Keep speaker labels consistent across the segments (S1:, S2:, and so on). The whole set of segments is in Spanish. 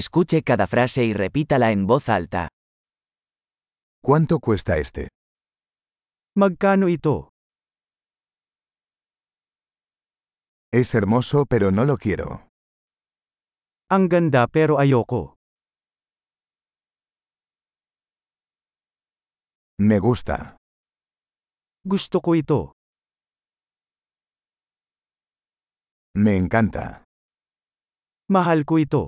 S1: Escuche cada frase y repítala en voz alta.
S2: ¿Cuánto cuesta este?
S3: Magkano ito?
S2: Es hermoso pero no lo quiero.
S3: Ang ganda pero ayoko.
S2: Me gusta.
S3: Gusto ko ito.
S2: Me encanta.
S3: Mahal ko ito.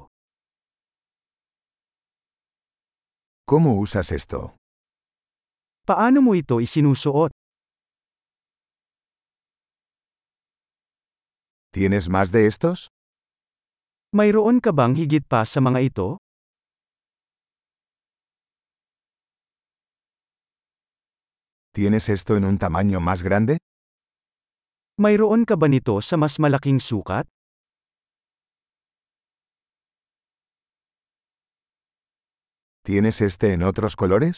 S2: ¿Cómo usas esto?
S3: Paano mo ito isinusuot?
S2: ¿Tienes más de estos?
S3: Mayroon ka bang higit pa sa mga ito?
S2: ¿Tienes esto en un tamaño más grande?
S3: Mayroon ka ba nito sa mas malaking sukat?
S2: ¿Tienes este en otros colores?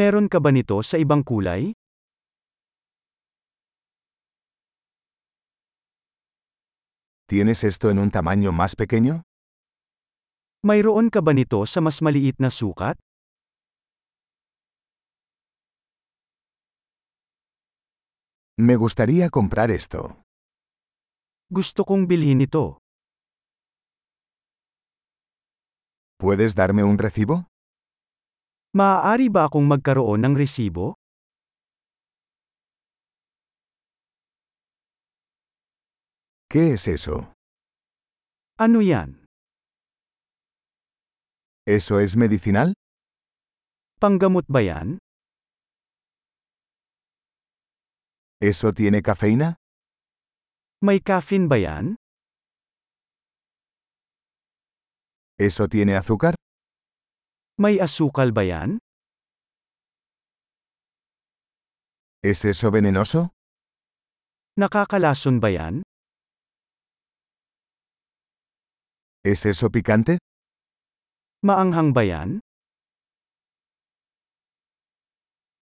S3: Meron ka ba nito sa ibang kulay?
S2: ¿Tienes esto en un tamaño más pequeño?
S3: Mayroon ka ba nito sa mas maliit na sukat?
S2: Me gustaría comprar esto.
S3: Gusto kong bilhin ito.
S2: ¿Puedes darme un recibo?
S3: Maaari ba akong magkaroon ng resibo?
S2: ¿Qué es eso?
S3: Ano yan?
S2: ¿Eso es medicinal?
S3: Panggamot ba yan?
S2: ¿Eso tiene cafeína?
S3: May caffeine ba yan?
S2: ¿Eso tiene azúcar?
S3: May asukal ba yan?
S2: ¿Es eso venenoso?
S3: Nakakalason ba yan?
S2: ¿Es eso picante?
S3: Maanghang ba yan?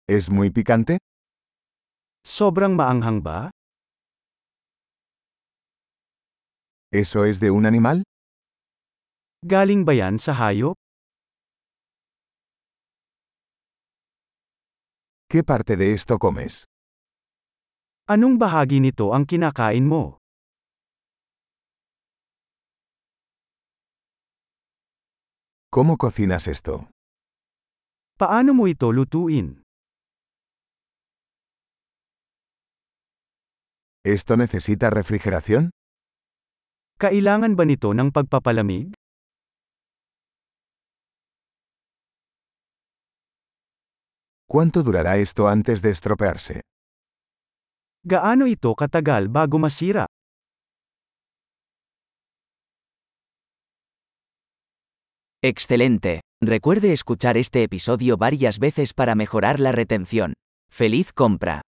S2: ¿Es muy picante?
S3: Sobrang maanghang ba?
S2: ¿Eso es de un animal?
S3: Galing ba yan sa hayop?
S2: ¿Qué parte de esto comes?
S3: Anong bahagi nito ang kinakain mo?
S2: ¿Cómo cocinas esto?
S3: Paano mo ito lutuin?
S2: ¿Esto necesita refrigeración?
S3: Kailangan ba nito ng pagpapalamig?
S2: ¿Cuánto durará esto antes de estropearse?
S3: Gaano ito katagal bago masira?
S1: Excelente. Recuerde escuchar este episodio varias veces para mejorar la retención. ¡Feliz compra!